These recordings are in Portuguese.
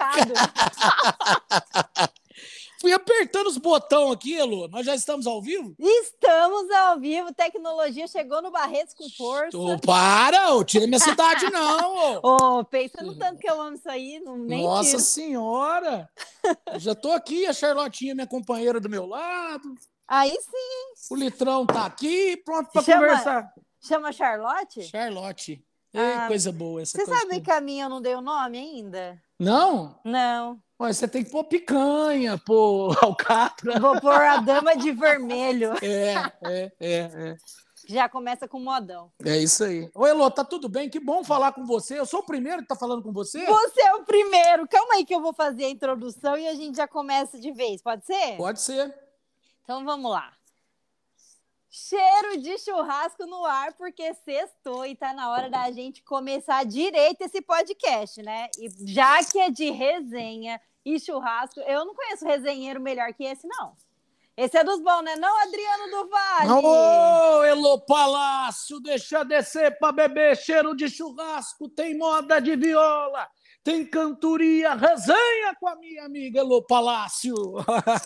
rápido. Fui apertando os botões aqui, Elô. Nós já estamos ao vivo? Estamos ao vivo, tecnologia chegou no Barretos com força. Ô, para, ô, tira minha cidade, não. ô. Ô, pensa no tanto que eu amo isso aí, não nem Nossa tiro. Senhora! Eu já tô aqui, a Charlotinha, minha companheira do meu lado, Aí sim, o Litrão tá aqui, pronto pra Chama- conversar. chama Charlotte? Charlotte. Ei, Ah, coisa boa essa Você coisa sabe boa. que a minha eu não dei o nome ainda? Não? Não. Ué, você tem que pôr picanha, pôr alcatra. Vou pôr a dama de vermelho. É, é, é, é. Já começa com modão. É isso aí. Ô, Elô, tá tudo bem? Que bom falar com você. Eu sou o primeiro que tá falando com você? Você é o primeiro. Calma aí que eu vou fazer a introdução e a gente já começa de vez, pode ser? Pode ser. Então vamos lá. Cheiro de churrasco no ar, porque sextou e tá na hora da gente começar direito esse podcast, né? E já que é de resenha e churrasco, eu não conheço resenheiro melhor que esse, não. Esse é dos bons, né? Não, Adriano do Vale! Ô, Elô Palácio, deixa descer pra beber cheiro de churrasco, tem moda de viola, tem cantoria, resenha com a minha amiga Elô Palácio.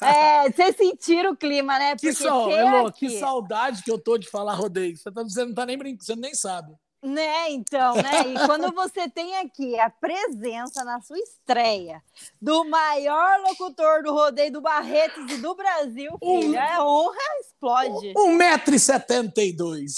É, vocês sentiram o clima, né? Que, Porque sal, ter Elô, aqui- que saudade que eu tô de falar rodeio. Você, tá, você não tá nem brincando, você nem sabe. Né, então, né? E quando você tem aqui a presença na sua estreia do maior locutor do rodeio do Barretos e do Brasil, Um- filho, é honra, explode. 1,72m.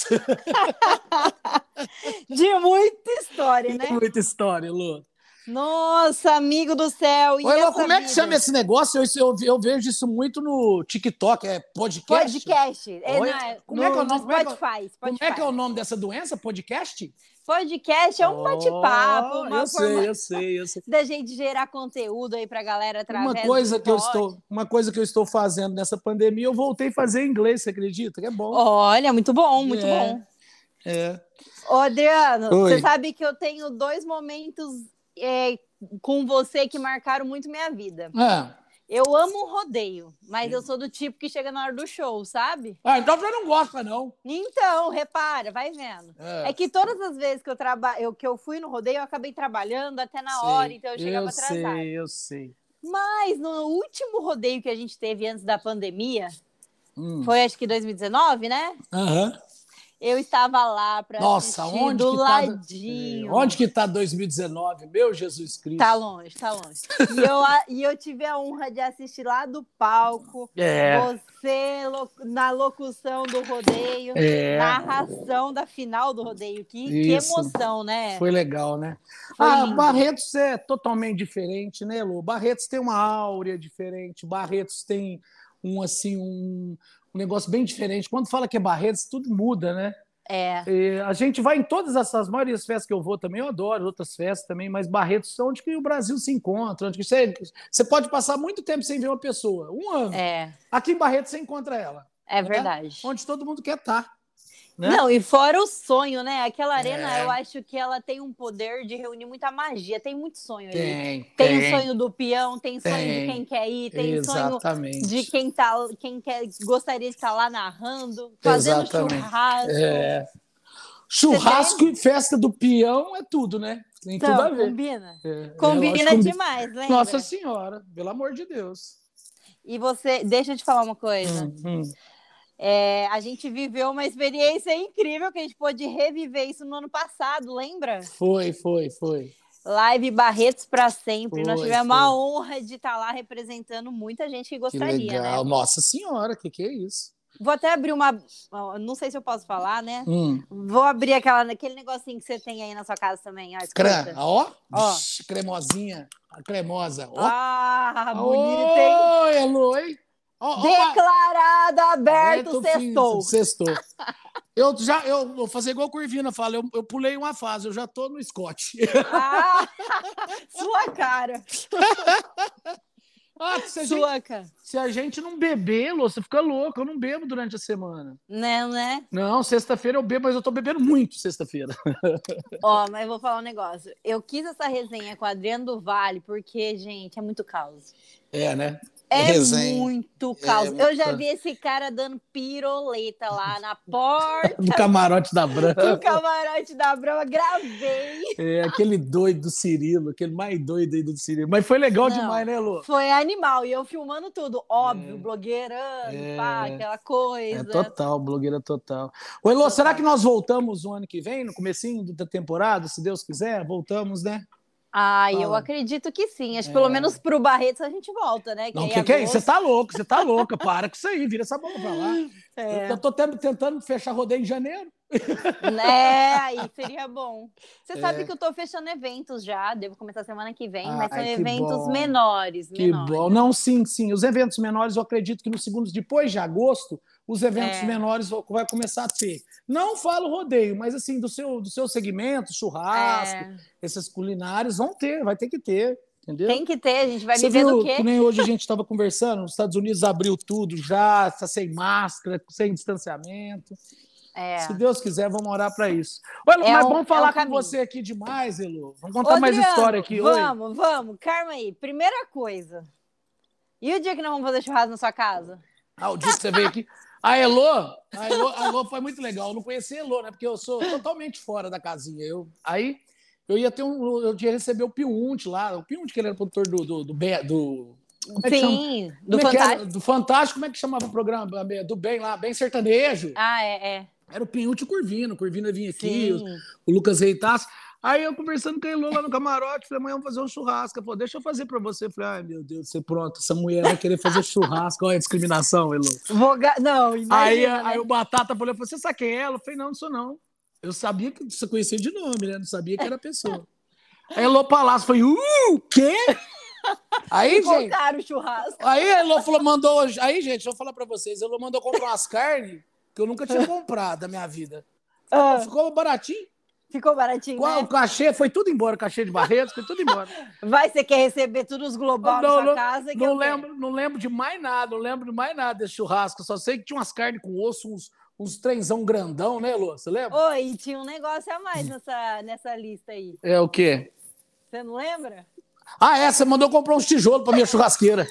De muita história, né? Muita história, Elô. Nossa, amigo do céu. Ô, Elô, como é que chama esse negócio? Eu, isso- eu, eu vejo isso muito no TikTok, é podcast? Podcast. É, Olha, não, é, como é que é o no nome? Como é que é o- Spotify, Spotify. Como é que é o nome dessa doença? Podcast? Podcast é um bate-papo, Oh, uma forma eu sei, eu sei, eu sei. da gente gerar conteúdo aí pra galera através Uma coisa do que eu pod. estou, uma coisa que eu estou fazendo nessa pandemia, eu voltei a fazer inglês, você acredita? Que é bom. Olha, muito bom, muito É. bom. É. Ô, Adriano, Oi. você sabe que eu tenho dois momentos é, com você que marcaram muito minha vida. Ah. Eu amo o rodeio, mas eu sou do tipo que chega na hora do show, sabe? Ah, então você não gosta não? Então, repara, vai vendo. É, É. que todas as vezes que eu, traba... eu, que eu fui no rodeio, eu acabei trabalhando até na Sei. hora, então eu chegava eu atrasada. Sei, eu sei. Mas no último rodeio que a gente teve antes da pandemia, Hum. foi acho que 2019, né? Aham. Eu estava lá pra Nossa, assistir onde do que tá- ladinho. Onde que tá 2019? Meu Jesus Cristo. Tá longe, tá longe. E eu, a- e eu tive a honra de assistir lá do palco. É. Você lo- na locução do rodeio, É. narração da final do rodeio. Que, que Isso. emoção, né? Foi legal, né? Foi ah, lindo. Barretos é totalmente diferente, né, Lu? Barretos tem uma áurea diferente, Barretos tem um assim um, um negócio bem diferente. Quando fala que é Barretos, tudo muda, né? É. E a gente vai em todas essas, a maioria das festas que eu vou também, eu adoro outras festas também, mas Barretos são onde que o Brasil se encontra, onde que você, você pode passar muito tempo sem ver uma pessoa, um ano. É, Aqui em Barretos você encontra ela, é verdade. Né? onde todo mundo quer estar. né? Não, e fora o sonho, né? Aquela arena, É. eu acho que ela tem um poder de reunir muita magia. Tem muito sonho ali. Tem, É. Tem, o sonho do peão, tem sonho de Tem. quem quer ir, tem sonho Exatamente. de quem tá, quem quer, gostaria de estar lá narrando, fazendo Exatamente. churrasco. É. Churrasco e festa do peão é tudo, né? Tem Então, tudo a ver. combina. É, eu acho que Combina combi- demais, né? lembra? Nossa Senhora, pelo amor de Deus. E você, deixa eu te falar uma coisa. Hum, hum. É, a gente viveu uma experiência incrível que a gente pôde reviver isso no ano passado, lembra? Foi, foi, foi. Live Barretos pra sempre. Nós Foi, tivemos a foi. honra de estar lá representando muita gente que Que gostaria, legal. né? Nossa Senhora, que que é isso? Vou até abrir uma. Não sei se eu posso falar, né? Hum. Vou abrir aquela, aquele negocinho que você tem aí na sua casa também. Ó, Crã, escuta. ó. Ó. Vixe, cremosinha, a cremosa. Ó. tá Ah, bonita, hein? Oi, Elo, hein? Ó, ó, Declarado aberto, Aguenta o fim, sextou. Sextou. Eu já, eu vou fazer igual a Curvina fala, eu, eu pulei uma fase, eu já tô no Scott. Ah, sua cara. Ah, se a gente Sua cara. Se a gente não beber, Lô, você fica louco. Eu não bebo durante a semana. Não, né? Não, sexta-feira eu bebo, mas eu tô bebendo muito sexta-feira. Ó, mas eu vou falar um negócio. Eu quis essa resenha com o Adriano do Vale, porque, gente, é muito caos. É, né? É Resenha. muito caos. É muito eu já caos. vi esse cara dando piroleta lá na porta Do camarote da do Branca. camarote da Brama. Gravei. É, aquele doido do Cirilo, aquele mais doido aí do Cirilo. Mas foi legal Não. demais, né, Lô? Foi animal. E eu filmando tudo. Óbvio, É. blogueirando, É. pá, aquela coisa. É total, blogueira total. Ô, Elô, será que nós voltamos o ano que vem, no comecinho da temporada, se Deus quiser? Voltamos, né? Ai, eu Fala. acredito que sim. Acho que É. pelo menos pro Barretos a gente volta, né? Não, aí que que é isso? Você agosto- tá louco, você tá louca. Para com isso aí, vira essa bola pra lá. É. Eu tô até tentando fechar rodeio em janeiro. né? Aí seria bom. Você É. sabe que eu tô fechando eventos já, devo começar semana que vem, mas são Ai, que eventos bom. menores, Que menores. bom. Não, sim, sim. Os eventos menores, eu acredito que nos segundos, depois de agosto, os eventos É. menores vão- vai começar a ter. Não falo rodeio, mas assim, do seu, do seu segmento, churrasco, É, esses culinários, vão ter, vai ter que ter, entendeu? Tem que ter, a gente vai Você viver viu do que quê? nem hoje a gente estava conversando, os Estados Unidos abriu tudo já, está sem máscara, sem distanciamento. É. Se Deus quiser, vamos orar para isso. Ô, Elo, É mas um- é um vamos falar com caminho. você aqui demais, Elo. Vamos contar Ô, mais Adriano, história aqui. Oi. Vamos, vamos, Carma aí. Primeira coisa. E o dia que nós vamos fazer churrasco na sua casa? Ah, o dia que você veio aqui. A Elô, a Elô, a Elô foi muito legal. Eu não conhecia a Elô, né? Porque eu sou totalmente fora da casinha. Eu, aí eu ia ter um. Eu ia receber o Piunte lá, o Piunte que ele era produtor do. do, do, Be- do é que Sim, do como é que era? Fantástico. do Fantástico, como é que chamava o programa? Do Bem lá, Bem Sertanejo. Ah, é, é. Era o Pinhute e o Curvino. O Curvino vinha aqui, Sim. o, o Lucas Reitas. Aí eu conversando com a Elô lá no camarote, falei, amanhã vamos fazer um churrasco. Ela falou, deixa eu fazer pra você. Eu falei, ai meu Deus, você é pronto, essa mulher vai querer fazer churrasco. Olha a discriminação, Elô. Vou ga- Não, Aí, imagina, né? aí o Batata falou, eu falei, você sabe quem é ela? Eu falei, não, não sou não. Eu sabia que você conhecia de nome, né? Não sabia que era a pessoa. Aí Elô Palácio foi, uh, o quê? Aí, gente, Voltaram o churrasco. Aí a Elô falou, mandou. Aí, gente, deixa eu falar pra vocês. A Elô mandou comprar umas carnes que eu nunca tinha comprado na minha vida. Ah, Ficou baratinho. ficou baratinho, Qual- né? O cachê foi tudo embora, o cachê de Barretos, foi tudo embora. Vai, você quer receber todos os global Não, na sua casa? que Não eu quero. lembro, não lembro de mais nada, não lembro de mais nada desse churrasco. Só sei que tinha umas carnes com osso, uns, uns trenzão grandão, né, Elô? Você lembra? Oi, e tinha um negócio a mais nessa, nessa lista aí. É o quê? Você não lembra? Ah, é, você mandou comprar uns tijolos pra minha churrasqueira.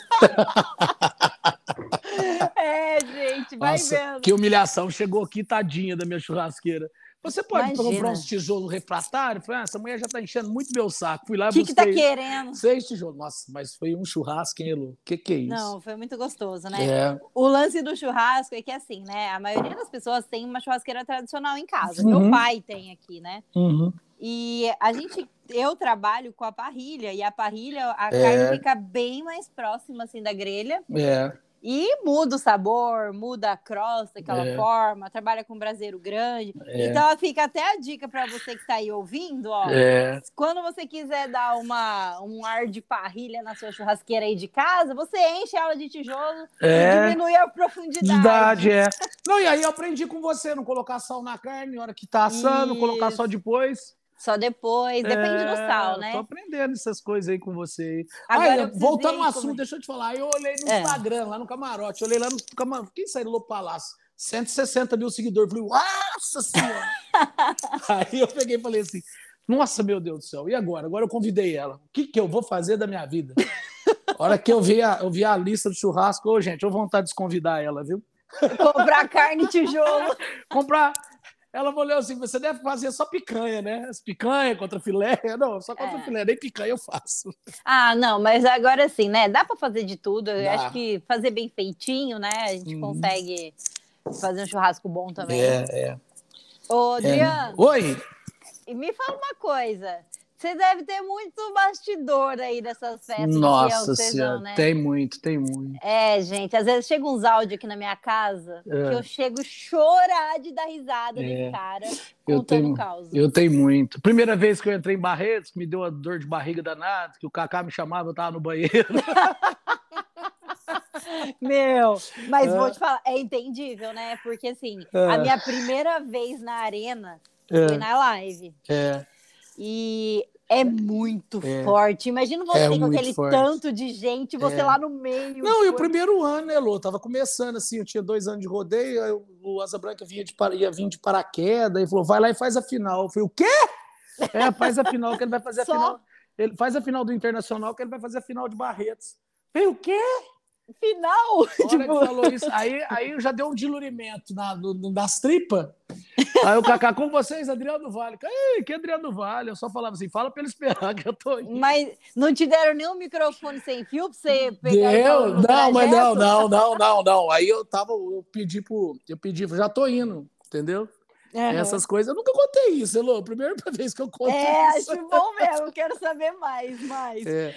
É, gente, vai Nossa, vendo. Que humilhação. Chegou aqui, tadinha da minha churrasqueira. Você pode Imagina. comprar uns tijolos refratários? Falei, ah, essa mulher já tá enchendo muito meu saco. Fui lá O e que, que tá busquei. querendo? Seis tijolos. Nossa, mas foi um churrasco, hein, Elo? Que que é isso? Não, foi muito gostoso, né? É. O lance do churrasco é que, assim, né? A maioria das pessoas tem uma churrasqueira tradicional em casa. Uhum. Meu pai tem aqui, né? Uhum. E a gente, eu trabalho com a parrilha, e a parrilha, a É. carne fica bem mais próxima, assim, da grelha. É. E muda o sabor, muda a crosta, aquela É. forma, trabalha com braseiro grande. É. Então, fica até a dica para você que tá aí ouvindo, ó. É. Quando você quiser dar uma, um ar de parrilha na sua churrasqueira aí de casa, você enche ela de tijolo e É. diminui a Idade, profundidade. é. Não, e aí eu aprendi com você, não colocar sal na carne na hora que tá assando, Isso. colocar só depois. Só depois, depende É, do sal, Tô né? aprendendo essas coisas aí com você. aí. Agora, Aí, eu voltando ao precisei assunto, comer- deixa eu te falar. Eu olhei no É. Instagram, lá no camarote, eu olhei lá no camarote. Quem saiu do Lobo Palácio? 160 mil seguidores. Eu Falei, nossa senhora! Aí eu peguei e falei assim, nossa, meu Deus do céu, e agora? Agora eu convidei ela. O que, que eu vou fazer da minha vida? A hora que eu vi a, eu vi a lista do churrasco, ô, gente, eu vou vontade de convidar ela, viu? Comprar carne e tijolo. Comprar. Ela olhou assim, você deve fazer só picanha, né? As Picanha contra filé. Não, só contra É. filé, nem picanha eu faço. Ah, não, mas agora sim, né? Dá para fazer de tudo. Eu Dá. acho que fazer bem feitinho, né? A gente Uhum. consegue fazer um churrasco bom também. é. Ô, Adriano, Oi! e me fala uma coisa. Você deve ter muito bastidor aí dessas festas. que é Nossa o Cezão, senhora, né? tem muito, tem muito. É, gente, às vezes chega uns áudios aqui na minha casa É. que eu chego chorar de dar risada É. de cara Eu contando tenho- um- o caos. Eu tenho muito. Primeira vez que eu entrei em Barretos, me deu uma dor de barriga danada, que o Kaká me chamava, eu tava no banheiro. Meu, mas É. vou te falar, é entendível, né? Porque assim, É. a minha primeira vez na arena foi na live. É, E É muito É. forte. Imagina você É com muito aquele forte. tanto de gente, você É. lá no meio. tipo, Não, e o Foi- primeiro ano, né, Lô? Tava começando, assim, eu tinha dois anos de rodeio, aí o- o Asa Branca vinha de, para- ia vir de paraquedas e falou, vai lá e faz a final. Eu falei, o quê? É, faz a final, que ele vai fazer a Só? é final. Ele faz a final do Internacional, que ele vai fazer a final de Barretos. Eu Falei, o quê? final. A hora que Tipo, falou isso, aí, aí eu já deu um dilurimento na, no- no- nas tripas. Aí o Cacá, com vocês, Adriano Vale. Ei, que Adriano Vale? Eu só falava assim, fala pra ele esperar que eu tô indo. Mas não te deram nenhum microfone sem fio pra você pegar e falar Deu? no Não, mas trajeto? não, não, não, não, não. Aí eu tava, eu pedi pro, eu pedi, já tô indo, entendeu? Aham. Essas coisas, eu nunca contei isso, Elô, primeira vez que eu contei É, isso. acho bom mesmo. Quero saber mais, mais. É.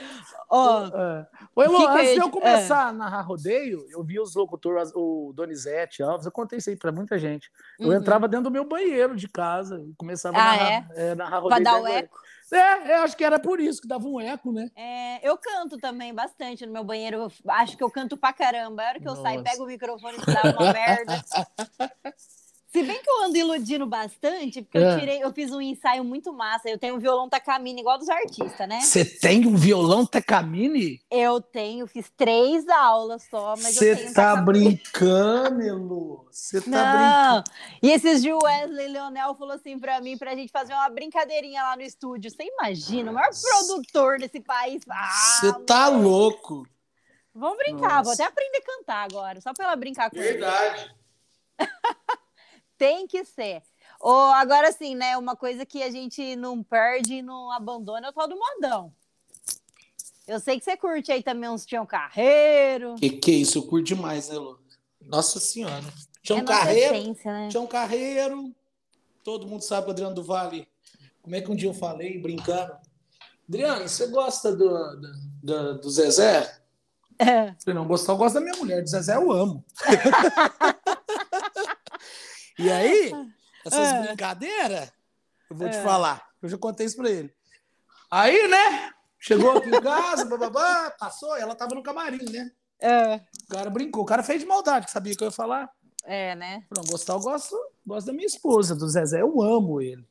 Ó, É. Ô, Elô, O que que antes eu de ia eu te- começar a narrar rodeio, eu vi os locutores, o Donizete Alves, eu contei isso aí pra muita gente. Eu Uhum. entrava dentro do meu banheiro de casa e começava a Ah, narrar, é, narrar pra rodeio. dar o dentro do- eco. É, eu acho que era por isso que dava um eco, né? É, eu canto também bastante no meu banheiro. Eu acho que eu canto pra caramba. A hora que eu saio, Nossa. pego o microfone e dá uma merda. Se bem que eu ando iludindo bastante, porque É. eu tirei, eu fiz um ensaio muito massa. Eu tenho um violão tacamina, igual dos artistas, né? Você tem um violão Tecamini? Eu tenho, fiz três aulas só, mas eu tenho Você um tá tacamine. brincando, Elô. Você tá brincando. Não. E esses dias o Wesley Leonel falou assim pra mim, pra gente fazer uma brincadeirinha lá no estúdio. Você imagina, o maior produtor desse país. Ah, Você tá louco. Vamos brincar, vou Nossa. até aprender a cantar agora, só pra ela brincar com ele. Verdade. Tem que ser. Ou, agora sim, né? Uma coisa que a gente não perde e não abandona é o tal do modão. Eu sei que você curte aí também uns Tião Carreiro. Que que é isso? Eu curto demais, né, Lu? Nossa Senhora. Tião é nossa Carreiro, essência, né? Tião Carreiro. Todo mundo sabe o Adriano do Vale. Como é que um dia eu falei, brincando? Adriano, você gosta do, do, do- do Zezé? É. Se não gostar, eu gosto da minha mulher. Do Zezé eu amo. e aí, essas É. brincadeiras, eu vou te É. falar. Eu já contei isso pra ele. Aí, né? Chegou aqui em casa, bababá, passou, ela tava no camarim, né? É. O cara brincou, o cara fez de maldade, que sabia que eu ia falar. É, né? Não, gostar, eu gosto, gosto da minha esposa, do Zezé, eu amo ele.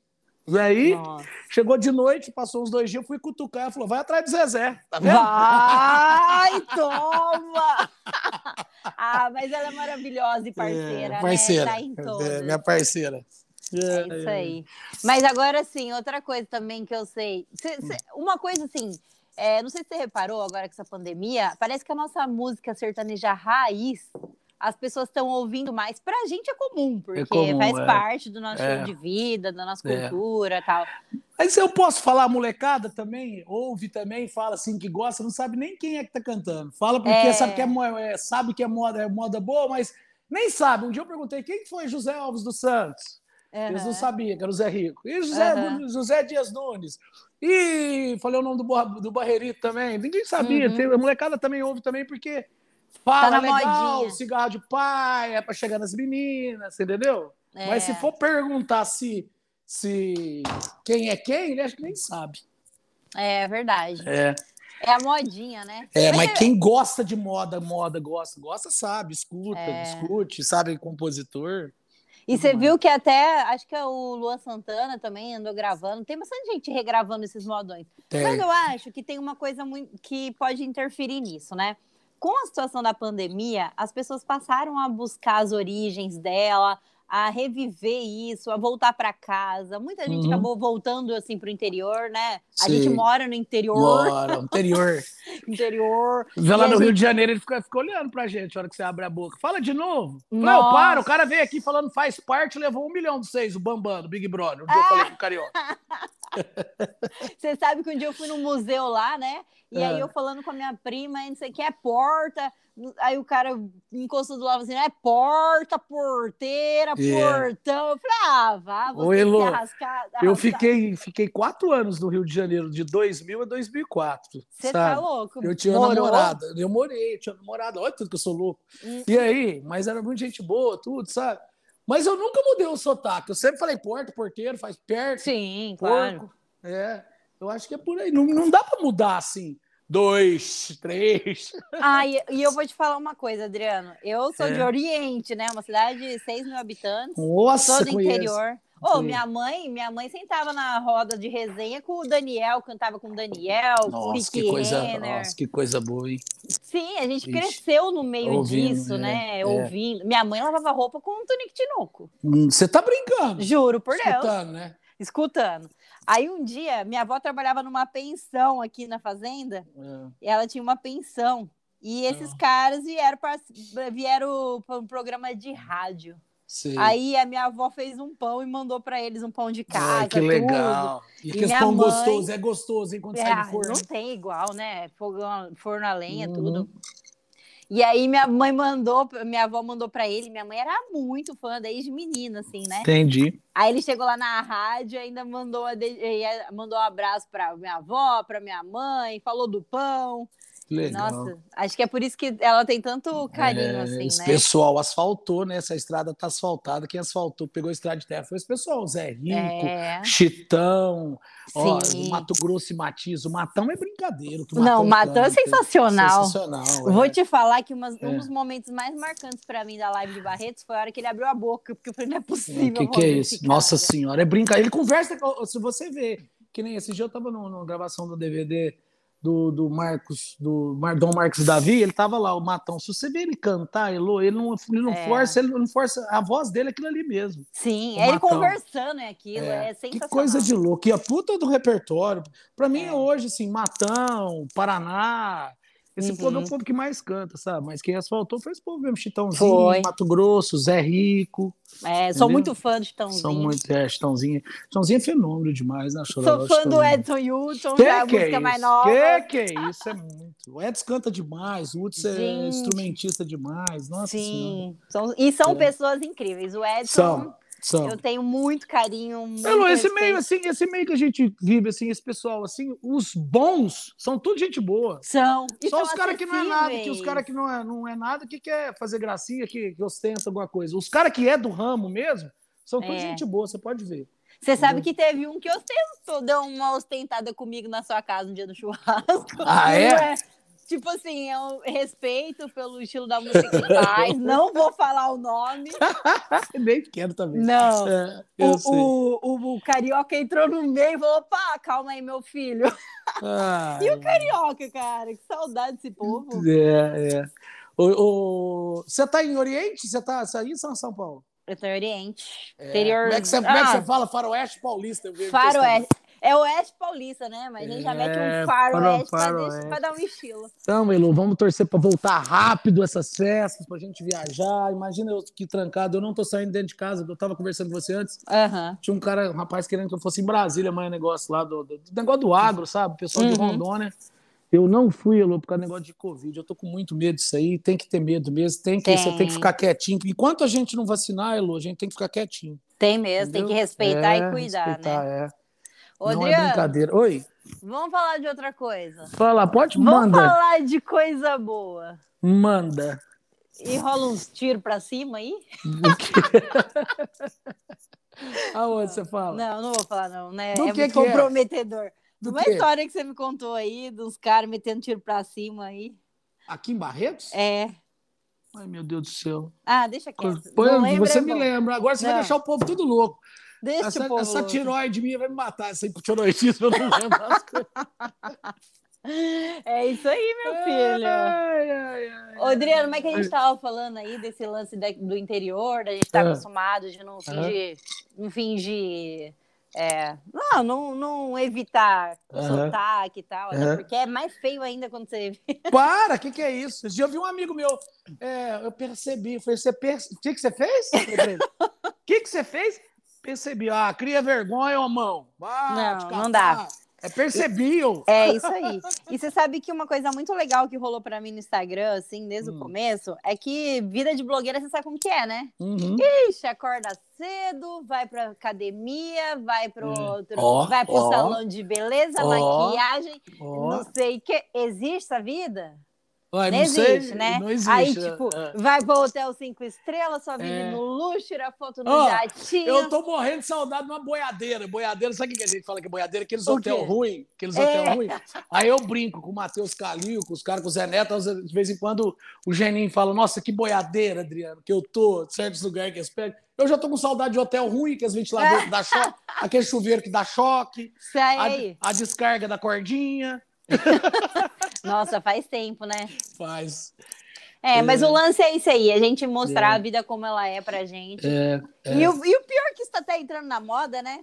E aí, Nossa. chegou de noite, passou uns dois dias, eu fui cutucar, ela falou, vai atrás do Zezé, tá vendo? Vai, toma! Ah, mas ela é maravilhosa e parceira, É, né? Tá em todas. É, minha parceira. É isso aí. Mas agora sim, outra coisa também que eu sei. Cê- cê- uma coisa assim, é, não sei se você reparou agora com essa pandemia, parece que a nossa música sertaneja raiz, as pessoas estão ouvindo mais. Pra gente é comum, porque comum, faz é. parte do nosso É. estilo de vida, da nossa É. cultura e tal. Mas eu posso falar, a molecada também, ouve também, fala assim que gosta, não sabe nem quem é que tá cantando. Fala porque É. sabe que é, mo- é, sabe que é moda, é moda boa, mas nem sabe. Um dia eu perguntei quem que foi José Alves dos Santos. Eles não Aham. sabiam que era o Zé Rico. E José, Aham. José Dias Nunes. E falei o nome do, Borra- do Barreirito também. Ninguém sabia. Uhum. Tá Tem- a molecada também ouve também, porque fala na legal, modinha. cigarro de paia, pra chegar nas meninas, você entendeu? É. Mas se for perguntar se, se quem é quem, ele acho que nem sabe. É verdade. É, É a modinha, né? é Mas mas quem gosta de moda, moda, gosta, gosta, sabe, escuta, É. discute, sabe, compositor. E você Demais. viu que até, acho que é o Luan Santana também andou gravando. Tem bastante gente regravando esses modões. Mas eu É. acho que tem uma coisa muito que pode interferir nisso, né? Com a situação da pandemia, as pessoas passaram a buscar as origens dela, a reviver isso, a voltar para casa. Muita gente Uhum. acabou voltando assim pro interior, né? A Sim. gente mora no interior, Mora, interior. interior. Vê E lá a no gente- Rio de Janeiro, ele fica, fica olhando pra gente a hora que você abre a boca. Fala de novo. Fala, eu Nossa. paro. O cara veio aqui falando faz parte, levou um milhão de vocês, o Bambam, do Big Brother. Ah. O dia eu falei com o Carioca. Você sabe que um dia eu fui num museu lá, né? E aí É. eu falando com a minha prima, e não sei o que, é porta. Aí o cara encostou do lado assim, é porta, porteira, É. portão. Eu falei, ah, vá, Ô, você Elô, se arrascar. Eu arrascar. fiquei, fiquei quatro anos no Rio de Janeiro, de 2000 a 2004. Você sabe? tá louco? Eu tinha Morou? namorada, eu morei, eu tinha namorada, olha tudo que eu sou louco. Hum. E aí, mas era muita gente boa, tudo, sabe? Mas eu nunca mudei o sotaque, eu sempre falei porta, porteiro, faz perto, Sim, claro. porco. É, eu acho que é por aí, não, não dá pra mudar assim, dois, três. Ah, e, e eu vou te falar uma coisa, Adriano. Eu sou É. de Oriente, né? Uma cidade de 6 mil habitantes, Nossa, sou do conheço. interior. Ô, Sim. minha mãe, minha mãe sentava na roda de resenha com o Daniel, cantava com o Daniel, com o Nossa, Pique que coisa, Renner. nossa, que coisa boa, hein? Sim, a gente Ixi. cresceu no meio Ouvindo, disso, é, né? é. Ouvindo. Minha mãe lavava roupa com o Tonico Tinoco. Hum, Você tá brincando. Juro por Deus. Escutando, né? Escutando. Aí um dia, minha avó trabalhava numa pensão aqui na fazenda. É. ela tinha uma pensão. E esses Ah. caras vieram para vieram pra um programa de rádio. Sei. Aí a minha avó fez um pão e mandou para eles um pão de casa. Ai, que legal. E E aqueles minha pão mãe- gostoso, é gostoso, hein? Quando Tudo. É, sai do não forno. tem igual, né? Fogão, forno a lenha, Uhum. tudo. E aí minha mãe mandou, minha avó mandou para ele. Minha mãe era muito fã desde menina, assim, né? Entendi. Aí ele chegou lá na rádio, ainda mandou, a de- eh, mandou um abraço para minha avó, para minha mãe, falou do pão. Que Legal. Nossa, acho que é por isso que ela tem tanto carinho, É, assim, esse né? pessoal asfaltou, né? Essa estrada tá asfaltada. Quem asfaltou, pegou a estrada de terra foi esse pessoal. Zé Rico, É, Chitão, ó, sim. Mato Grosso e Matiz. O Matão é brincadeira. o que o Não, o Matão é canta. sensacional. Sensacional. é. Vou te falar que umas- um É. dos momentos mais marcantes pra mim da live de Barretos foi a hora que ele abriu a boca, porque eu falei, não é O possível. que, eu que vou é ver isso? esse Nossa cara. senhora, é brincar. Ele conversa, ó, se você vê, que nem esse dia eu tava no- numa gravação do DVD do, do Marcos, do Mar- Dom Marcos Davi, ele tava lá, o Matão. Se você vê ele cantar, Elô, ele não, ele não É. força, ele não força. A voz dele é aquilo ali mesmo. Sim, O é ele Matão. conversando, é aquilo, é, que sensacional. coisa de louco. E a puta do repertório. Pra mim, É. hoje, assim, Matão, Paraná. Esse Uhum. povo é o povo que mais canta, sabe? Mas quem asfaltou foi esse povo mesmo. Chitãozinho, Foi. Mato Grosso, Zé Rico. É, sou entendeu? muito fã do Chitãozinho. São muito. É, Chitãozinho. Chitãozinho é fenômeno demais, né? Chororó, Sou fã do Chitãozinho. Edson Hudson, Que da que é música mais isso? nova. Que que é isso? É muito. O Edson canta demais, o Hudson é Gente. instrumentista demais. Nossa Senhora. Sim, são- e são É. pessoas incríveis. O Edson, São, são. eu tenho muito carinho, muito Pelo, esse respeito. meio, assim, esse meio que a gente vive, assim, esse pessoal, assim, os bons são tudo gente boa. São. E Só são os caras que não é nada, que os acessíveis. caras que não é, não é nada, que quer fazer gracinha, que, que ostenta alguma coisa. Os caras que é do ramo mesmo, são tudo É. gente boa, você pode ver. Você Uhum. sabe que teve um que ostentou, deu uma ostentada comigo na sua casa no dia do churrasco. Ah, é? Não Tipo assim, eu respeito pelo estilo da música que faz, não vou falar o nome. Bem pequeno também. Não. É, eu O, sei. o, o- o carioca entrou no meio e falou: opa, calma aí, meu filho. Ah, E o carioca, cara, que saudade desse povo. É, é. O, o- Você tá em Oriente? Você tá aí em São, São Paulo? Eu tô em Oriente. É. Interior. Como é que você, como é que Ah, você fala? Faroeste Paulista. Eu vejo tá- Faroeste. É oeste paulista, né? Mas a gente já É, mete um faroeste pra, faroeste. deixar- pra dar um estilo. Então, Elo, vamos torcer para voltar rápido essas festas, pra gente viajar. Imagina eu que trancado, eu não tô saindo dentro de casa, eu tava conversando com você antes. Aham. Tinha um cara, um rapaz querendo que eu fosse em Brasília amanhã, negócio lá do, do- do negócio do agro, sabe? Pessoal de Uhum. Rondônia. Eu não fui, Elô, por causa do negócio de Covid. Eu tô com muito medo disso aí. Tem que ter medo mesmo. Tem que, Tem. Você tem que ficar quietinho. Enquanto a gente não vacinar, Elô, a gente tem que ficar quietinho. Tem mesmo, tem que respeitar É, e cuidar, respeitar, né? É. Ô, Não é Adriano, brincadeira. Oi, vamos falar de outra coisa. fala, pode? Vamos Manda. falar de coisa boa. Manda. E rola uns tiros pra cima aí? Aonde você fala? Não, não vou falar não, né? Do é que muito que é? comprometedor. Do Uma quê? história que você me contou aí, dos caras metendo tiro pra cima aí. Aqui em Barretos? É. Ai, meu Deus do céu. Ah, deixa quieto. Pô, não lembra, você é me bom. lembra. Agora você vai Não. deixar o povo tudo louco. Deixa Essa, o povo. essa tiroide minha vai me matar. Essa tiroidismo eu não lembro. as coisas. É isso aí, meu filho. Ai, ai, ai. Ô, Adriano, como é que a gente tava falando aí desse lance da- do interior, da gente tá Ah. acostumado de não fingir, não fingir, é, não, não, não evitar Aham. sotaque e tal, até Aham. porque é mais feio ainda quando você... Para, o que, que é isso? Esse dia eu vi um amigo meu. é, eu percebi. Eu falei, você perce... O que, que você fez? O que, que você fez? Percebi. Ah, cria vergonha, ô mão. Ah, Não, te não dá. catar. É percebi, ô. É isso aí. E você sabe que uma coisa muito legal que rolou pra mim no Instagram, assim, desde Hum. o começo, é que vida de blogueira você sabe como que é, né? Uhum. Ixi, acorda cedo, vai pra academia, vai pro, É. outro- Ó, vai pro ó. salão de beleza, Ó. maquiagem, Ó. Não sei que existe a vida? Ué, Não, sei, existe, né? Não existe. Aí, né? tipo, É. vai pro hotel cinco estrelas, só vive É. no luxo, tira foto no Ó, jatinho. Eu tô morrendo de saudade de uma boiadeira. Boiadeira, sabe o que a gente fala que é boiadeira? Aqueles O hotel quê? ruim. Aqueles É. hotel ruim. Aí eu brinco com o Matheus Calil, com os caras, com o Zé Neto. às vezes- De vez em quando o Geninho fala: Nossa, que boiadeira, Adriano, que eu tô, certos lugares que eles pegam. Eu já tô com saudade de hotel ruim, que as ventiladores que dá choque, aquele chuveiro que dá choque, É Isso aí. a, a descarga da cordinha. Nossa, faz tempo, né? Faz. É, mas É. o lance é isso aí, a gente mostrar a vida como ela é pra gente. É, é. E, o, e o pior é que isso tá até entrando na moda, né?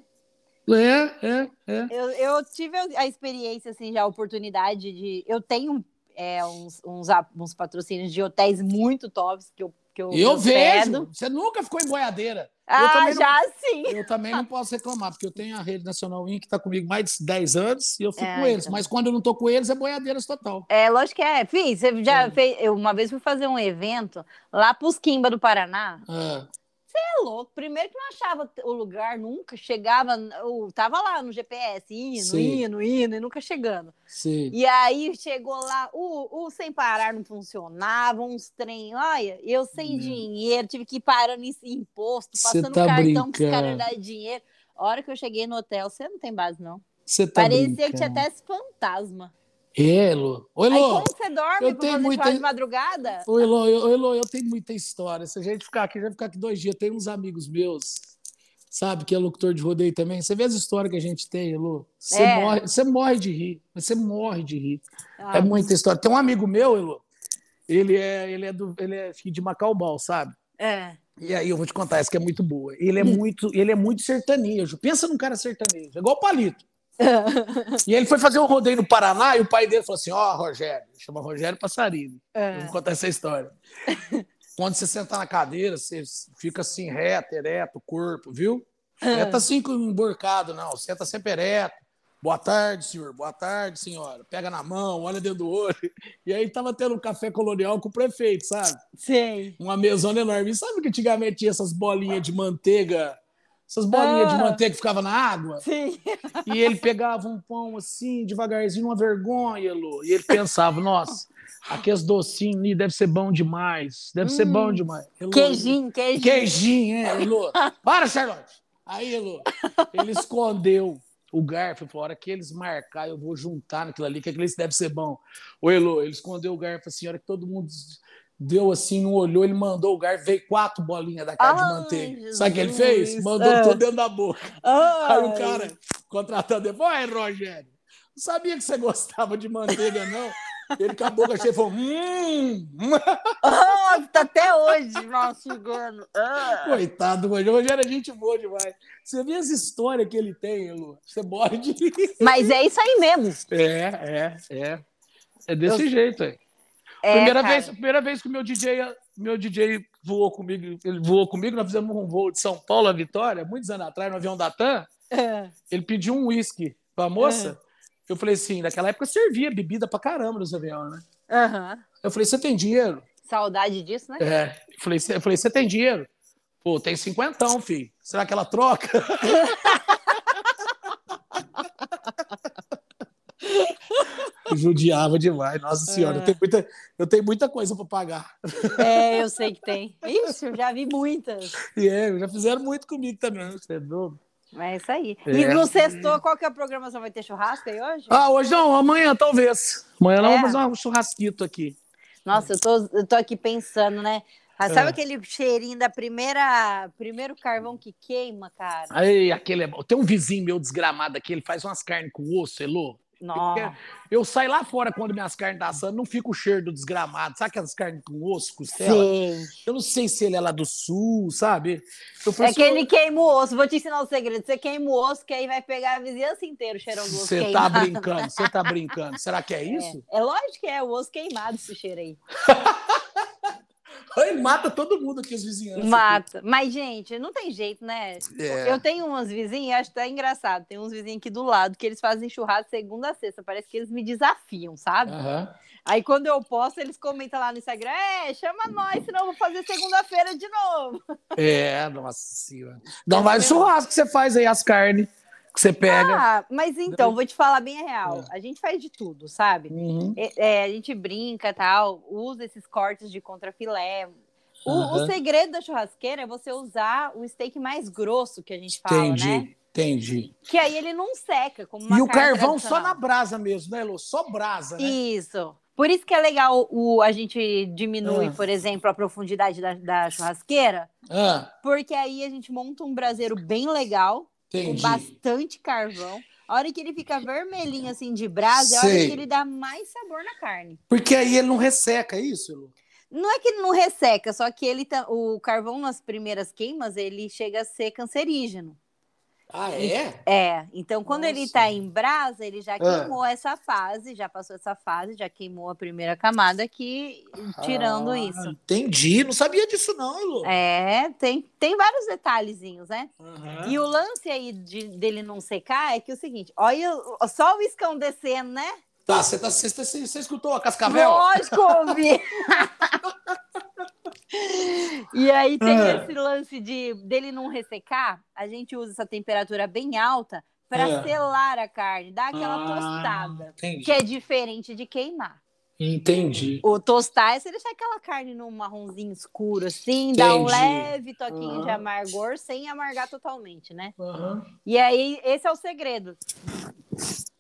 É, é, é. Eu, eu tive a experiência, assim, já a oportunidade de. Eu tenho é, uns, uns, a- uns patrocínios de hotéis muito tops que eu. Que eu E eu hospedo. vejo. Você nunca ficou em boiadeira. Ah, também não- já sim. Eu também não posso reclamar, porque eu tenho a Rede Nacional IN que está comigo mais de 10 anos e eu fico É, com eles. então. Mas quando eu não tô com eles, é boiadeiras total. É, lógico que é. Fiz, você já É. fez. Eu uma vez fui fazer um evento lá pros Quimba do Paraná. Ah, É louco. Primeiro que não achava o lugar nunca, chegava, eu tava lá no GPS, indo, Sim. indo, indo, e nunca chegando. sim. E aí chegou lá, o, o sem parar não funcionava, uns trem. Olha, eu sem Meu. dinheiro, tive que ir parando em imposto, Cê passando tá cartão pros brincando. caras darem dinheiro. A hora que eu cheguei no hotel, você não tem base, não. Você tá Parecia que tinha brincando. até esse fantasma. É, Lu. Oi, aí Lu. como você dorme eu pra tenho fazer muita- muita... de madrugada? Oi, Lu. Eu, oi, Lu, eu tenho muita história. Se a gente ficar aqui, a gente vai ficar aqui dois dias. Tem uns amigos meus, sabe, que é locutor de rodeio também. Você vê as histórias que a gente tem, Lu? Você, É. morre, você morre de rir. Você morre de rir. Ah, É muita história. Tem um amigo meu, Elô. Ele é, ele é, do, ele é acho que de Macaubal, sabe? é. E aí eu vou te contar, essa que é muito boa. Ele é muito, ele é muito sertanejo. Pensa num cara sertanejo, é igual o Palito. E ele foi fazer um rodeio no Paraná e o pai dele falou assim: "Ó, Rogério, chama Rogério Passarini. É. Eu vou contar essa história. Quando você sentar na cadeira, você fica assim reto, ereto, o corpo, viu? É. Senta assim com emborcado, não. Senta sempre ereto. Boa tarde, senhor. Boa tarde, senhora. Pega na mão, olha dentro do olho. E aí tava tendo um café colonial com o prefeito, sabe? Sei. Uma mesona enorme. E sabe que antigamente tinha essas bolinhas de manteiga? Essas bolinhas de Ah. manteiga que ficavam na água? Sim. E ele pegava um pão assim, devagarzinho, uma vergonha, Lu. E ele pensava, nossa, aqueles docinhos ali deve ser bom demais. Deve ser Hum. bom demais. Elô, Queijinho, queijinho. Queijinho, é, Elô. Para, Charlotte. Aí, Elô, ele escondeu o garfo. Ele falou, a hora que eles marcar, eu vou juntar naquilo ali, que aquilo ali deve ser bom. O Elô, ele escondeu o garfo assim, a hora que todo mundo deu assim, não olhou, ele mandou o garfo, veio quatro bolinhas da cara de Ai, manteiga. Sabe o que ele Jesus. fez? Mandou Ah. tudo dentro da boca. Ai. Aí o cara contratando ele, vai, Rogério, não sabia que você gostava de manteiga, não. Ele com a boca cheia e falou, hum, Ah, tá até hoje mastigando. Ah. coitado, Rogério, Rogério é gente boa demais. Você vê as histórias que ele tem, Lu, você morre de rir. Mas é isso aí mesmo. É, é, é. É desse jeito, é. É, primeira, cara. vez, primeira vez que o meu DJ, meu DJ voou comigo, ele voou comigo, nós fizemos um voo de São Paulo a Vitória, muitos anos atrás, no avião da TAM, É. ele pediu um uísque pra moça. Eu falei assim, naquela época servia bebida pra caramba nos aviões, né? Aham. Eu falei, você tem dinheiro? Saudade disso, né? É. Eu falei, "Cê- eu falei, você tem dinheiro? Pô, tem cinquentão, filho. Será que ela troca? Eu Judiava demais, nossa senhora. Eu, tenho muita, eu tenho muita coisa pra pagar. É, eu sei que tem. Ixi, eu já vi muitas. E é, já fizeram muito comigo também. Você é doido. É isso aí. É. E no sexto, qual que é a programação? Vai ter churrasco aí hoje? Ah, hoje não, amanhã talvez. Amanhã nós É. vamos fazer um churrasquito aqui. Nossa, eu tô, eu tô aqui pensando, né? Ah, sabe É. aquele cheirinho da primeira primeiro carvão que queima, cara? Aí, aquele é bom. Tem um vizinho meu desgramado aqui, ele faz umas carnes com osso, é Elô. é? Nossa. Eu saio lá fora quando minhas carnes tá assando, não fica o cheiro do desgramado. Sabe aquelas carnes com osso, costela? Sim. Eu não sei se ele é lá do sul, sabe? Eu É falei assim, que ele queima o osso. Vou te ensinar o segredo. Você queima o osso, que aí vai pegar a vizinhança inteira o cheirão do osso Você tá queimado. brincando, você tá brincando. Será que é isso? um É, é lógico que é o osso queimado esse cheiro aí. Ele mata todo mundo aqui, os vizinhanças. Mata. Mas, gente, não tem jeito, né? É. Eu tenho umas vizinhas, acho até engraçado. Tem uns vizinhos aqui do lado que eles fazem churrasco segunda a sexta. Parece que eles me desafiam, sabe? Aham. Aí quando eu posto, eles comentam lá no Instagram: é, chama nós, senão eu vou fazer segunda-feira de novo. É, nossa senhora. Então vai no churrasco que você faz aí as carnes. que você pega. Ah, mas então, vou te falar bem a real. É. A gente faz de tudo, sabe? Uhum. É, é, a gente brinca tal, usa esses cortes de contrafilé. O, o Aham. segredo da churrasqueira é você usar o steak mais grosso que a gente fala, Entendi, né? entendi. Que aí ele não seca como uma e o carne carvão só na tradicional. brasa mesmo, né, Elô? Só brasa, né? Isso. Por isso que é legal o, a gente diminui, Ah. por exemplo, a profundidade da, da churrasqueira, Ah, porque aí a gente monta um braseiro bem legal, com entendi. bastante carvão. A hora que ele fica vermelhinho assim de brasa, é a hora Sei. que ele dá mais sabor na carne. Porque aí ele não resseca, é isso, Elô? Não é que ele não resseca, só que ele tá- o carvão nas primeiras queimas, ele chega a ser cancerígeno. Ah, é? É, então quando ele Nossa. tá em brasa, ele já Ah. queimou essa fase, já passou essa fase, já queimou a primeira camada que tirando Ah, isso. Entendi, não sabia disso não, Elô. É, tem, tem vários detalhezinhos, né? Aham. E o lance aí de- dele não secar é que é o seguinte, olha o- só o iscão descendo, né? Tá, você tá, você- você- você escutou a Cascavel? Lógico, ouvi. e aí tem É. esse lance de dele não ressecar, a gente usa essa temperatura bem alta para É. Ah, selar a carne, dar aquela tostada, Entendi. que é diferente de queimar. Entendi. O tostar é você deixar aquela carne num marronzinho escuro assim, dar um Entendi. Ah. leve toquinho de Aham. amargor sem amargar totalmente, né? Aham. E aí, esse é o segredo.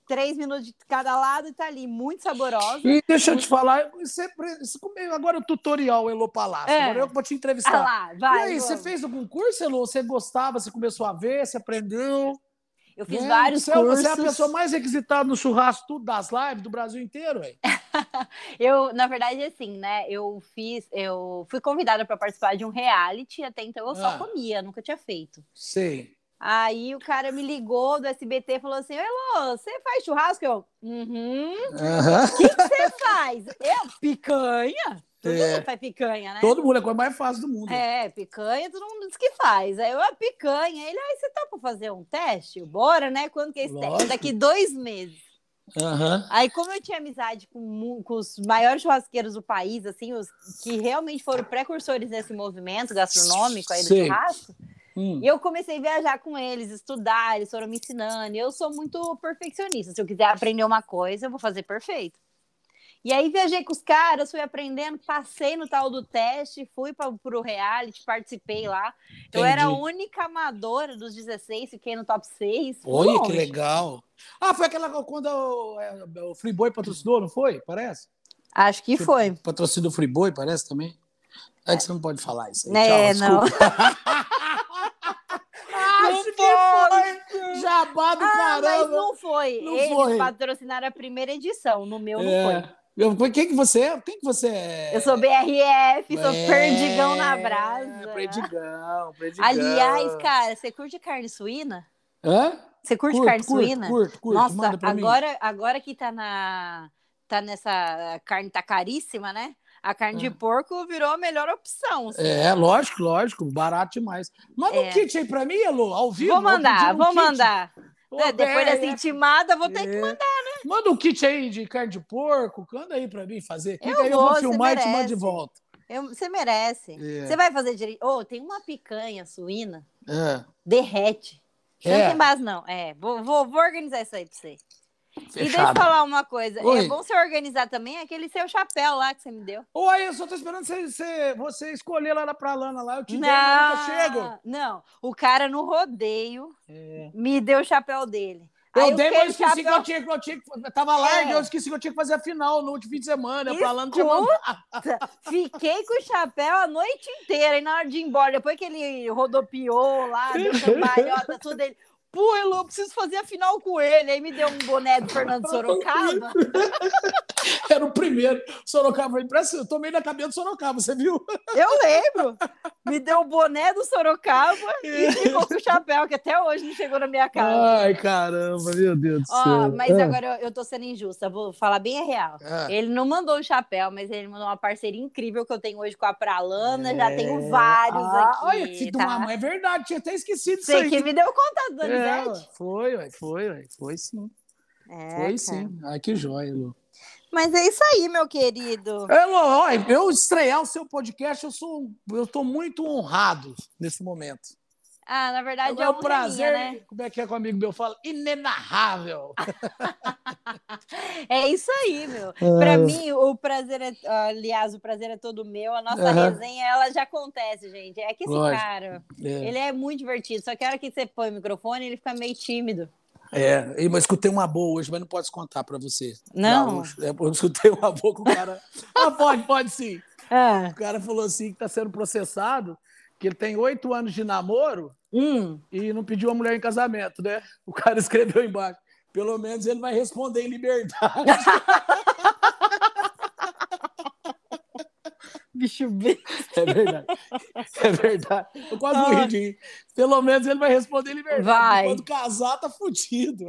Três minutos de cada lado e tá ali, muito saborosa. E deixa eu te falar, você, você comeu agora o tutorial Elô Palácio. É. Agora eu vou te Ah entrevistar. lá, vai. e aí, você vamos. fez algum curso, Elô? Você gostava, você começou a ver, você aprendeu? Eu fiz Né? vários você, é- cursos. Você é a pessoa mais requisitada no churrasco tudo das lives do Brasil inteiro, velho. É. Eu, na verdade, assim, né? Eu fiz, eu fui convidada para participar de um reality, até então eu só Ah. comia, nunca tinha feito. Sei. Aí o cara me ligou do SBT e falou assim: Elô, você faz churrasco? Eu, uhum, você faz. Eu, picanha? Todo É. mundo faz picanha, né? Todo mundo é a coisa mais fácil do mundo. É, picanha, todo mundo diz que faz. Aí eu, a picanha. Ele, ai, você tá pra fazer um teste? Bora, né? Quando que é esse teste? Lógico. Daqui dois meses. Aham. Aí, como eu tinha amizade com, mu- com os maiores churrasqueiros do país, assim, os que realmente foram precursores nesse movimento gastronômico aí do Sei. churrasco, Hum. e eu comecei a viajar com eles, estudar, eles foram me ensinando. e Eu sou muito perfeccionista. Se eu quiser aprender uma coisa, eu vou fazer perfeito. E aí viajei com os caras, fui aprendendo, passei no tal do teste, fui para o reality, participei lá. Eu era um a Entendi. única amadora dos 16, fiquei no top 6. fui Olha que longe. legal. Ah, foi aquela quando o, é, o Friboi patrocinou, não foi? Parece? Acho que foi. Patrocinou o Friboi, parece também. É que você não pode falar isso. Aí. É, Tchau, não. desculpa. Acho que foi. Jabá do Ah, mas caramba. não foi. Não Eles foi. patrocinaram a primeira edição, no meu não É. foi. Eu- Quem que você é? Quem que você é? Eu sou BRF, sou É, perdigão na brasa. Perdigão, perdigão. Aliás, cara, você curte carne suína? Hã? Você curte Curto, carne curto, suína? Curto, curto, Nossa, manda pra mim. agora, agora que tá na tá nessa a carne tá caríssima, né? A carne de É. porco virou a melhor opção. assim. É, lógico, lógico, barato demais. Manda É. um kit aí pra mim, Elô, ao vivo. vou pedir mandar, um vou kit. mandar. Ô, É, depois BRF, dessa intimada, vou ter que né? é. Manda um kit aí de carne de porco, manda aí pra mim fazer. Clica aí, eu vou, vou você filmar e te mando merece. de volta. Eu- você merece. É. Você vai fazer direito. Ô, tem uma picanha suína, É. derrete. Não É. tem base, não. É, vou, vou, vou organizar isso aí pra você. E deixa eu Fechado. falar uma coisa. É Oi. bom você organizar também aquele seu chapéu lá que você me deu. Ou aí, eu só tô esperando você, você, você escolher lá na pra Lana lá. Eu te dei, mas nunca chego. É. não. O cara no rodeio me deu o chapéu dele. Eu Aí dei, mas eu fiquei esqueci com o que eu tinha que. Eu tinha, que- eu tava lá É. e eu esqueci que eu tinha que fazer a final no último fim de semana. Eu pra Lana tinha Escuta. mandado. Fiquei com o chapéu a noite inteira, e na hora de ir embora, depois que ele rodopiou lá, deu cambalhota, tudo ele. Pô, Elô, preciso fazer a final com ele. Aí me deu um boné do Fernando Sorocaba. Era o primeiro. Sorocaba foi impressa. Eu tomei na cabeça do Sorocaba, você viu? Eu lembro. Me deu o boné do Sorocaba É. e ficou com o chapéu, que até hoje não chegou na minha casa. Ai, caramba, meu Deus do Ó, céu. mas Ah. agora eu, eu tô sendo injusta, vou falar bem a real. Ah. Ele não mandou o chapéu, mas ele mandou uma parceria incrível que eu tenho hoje com a Pralana, já tenho vários Ah, aqui. Olha, que do tá? mamão, é verdade, tinha até esquecido disso Você aí. que me deu conta né? do É, Donizete. ué, foi, ué, foi, ué, foi sim. É, foi cara. sim. Ai, que joia, Lu. Mas é isso aí, meu querido. É, Lu, olha, um, eu estrear o seu podcast, eu sou, eu tô muito honrado nesse momento. Ah, na verdade Agora, é o prazer, né? como é que é que um amigo meu fala? Inenarrável. É isso aí, meu. É. Pra mim, o prazer é. Aliás, o prazer é todo meu. A nossa Aham. resenha, ela já acontece, gente. É que esse Lógico. cara, É. ele é muito divertido. Só que a hora que você põe o microfone, ele fica meio tímido. É, e- mas escutei uma boa hoje, mas não posso contar pra você. Não? hoje. É, eu escutei uma boa com o cara. ah, pode, pode sim. Ah. O cara falou assim que tá sendo processado, que ele tem oito anos de namoro Hum. e não pediu a mulher em casamento, né? O cara escreveu embaixo. Pelo menos ele vai responder em liberdade. Bicho bem. É verdade. É verdade. Eu quase Ah. morri de rir. Pelo menos ele vai responder em liberdade. Vai. Quando casar, tá fudido.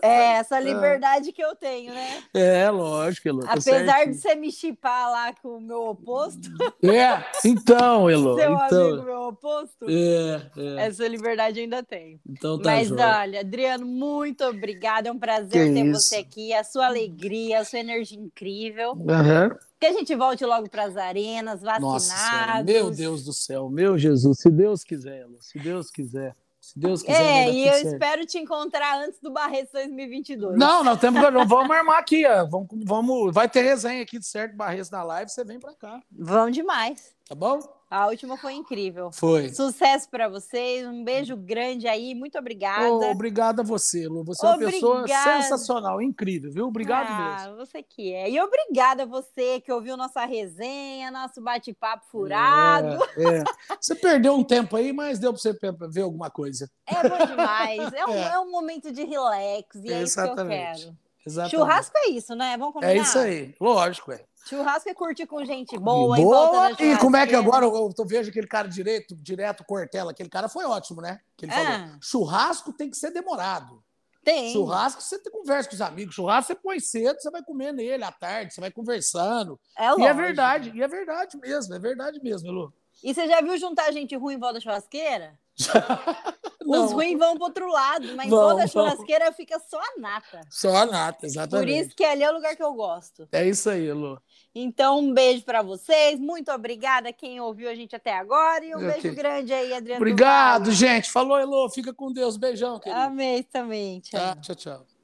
É, essa liberdade que eu tenho, né? É, lógico, Elô. Ah. tá Apesar certo. de você me chipar lá com o meu oposto, É, então, Elô. seu amigo, então. meu oposto, É, é. essa liberdade eu ainda tenho. Então tá Mas joia. olha, Adriano, muito obrigada. É um prazer Que ter isso. você aqui, a sua alegria, a sua energia incrível. Aham. Que a gente volte logo para as arenas, vacinados. Nossa Senhora, meu Deus do céu, meu Jesus, se Deus quiser, Elô, se Deus quiser, se Deus quiser. vai É, dar e tudo eu certo. espero te encontrar antes do Barreto 2022. Não, não temos problema. Vamos armar aqui, ó. Vamos, vamos, vai ter resenha aqui de certo, Barreto na live, você vem pra cá, Vão demais. tá bom? A última foi incrível. Foi. Sucesso para vocês, um beijo grande aí, muito obrigada. Ô, obrigado a você, Lu. Você é uma pessoa Obrigada. sensacional, incrível, viu? Obrigado ah, mesmo. você que é. E obrigada a você que ouviu nossa resenha, nosso bate-papo furado. É, é. Você perdeu um tempo aí, mas deu pra você pe- ver alguma coisa. É bom demais. É um, É. é um momento de relax e é Exatamente. isso que eu quero. Exatamente. Churrasco é isso, né? Vamos combinar? É isso aí, lógico, é. Churrasco é curtir com gente boa. em Boa! volta da E como é que churrasqueira. agora eu, eu vejo aquele cara direito, direto, Cortella, aquele cara foi ótimo, né? Que ele Ah. falou, churrasco tem que ser demorado. Tem. Churrasco você tem- conversa com os amigos, churrasco você põe cedo, você vai comer nele à tarde, você vai conversando. É e é lógico. verdade, e é verdade mesmo, é verdade mesmo, Lu. E você já viu juntar gente ruim em volta da churrasqueira? Os Não, ruins vão pro outro lado, mas em Vão, volta da vão. churrasqueira fica só a nata. Só a nata, Por exatamente. isso que ali é o lugar que eu gosto. É isso aí, Lu. Então, um beijo pra vocês. Muito obrigada quem ouviu a gente até agora. E um Ok. beijo grande aí, Adriano. Obrigado, gente. Falou, Elô. Fica com Deus. Beijão, Duval. querido. Amei também. Tchau. Tá, tchau, tchau.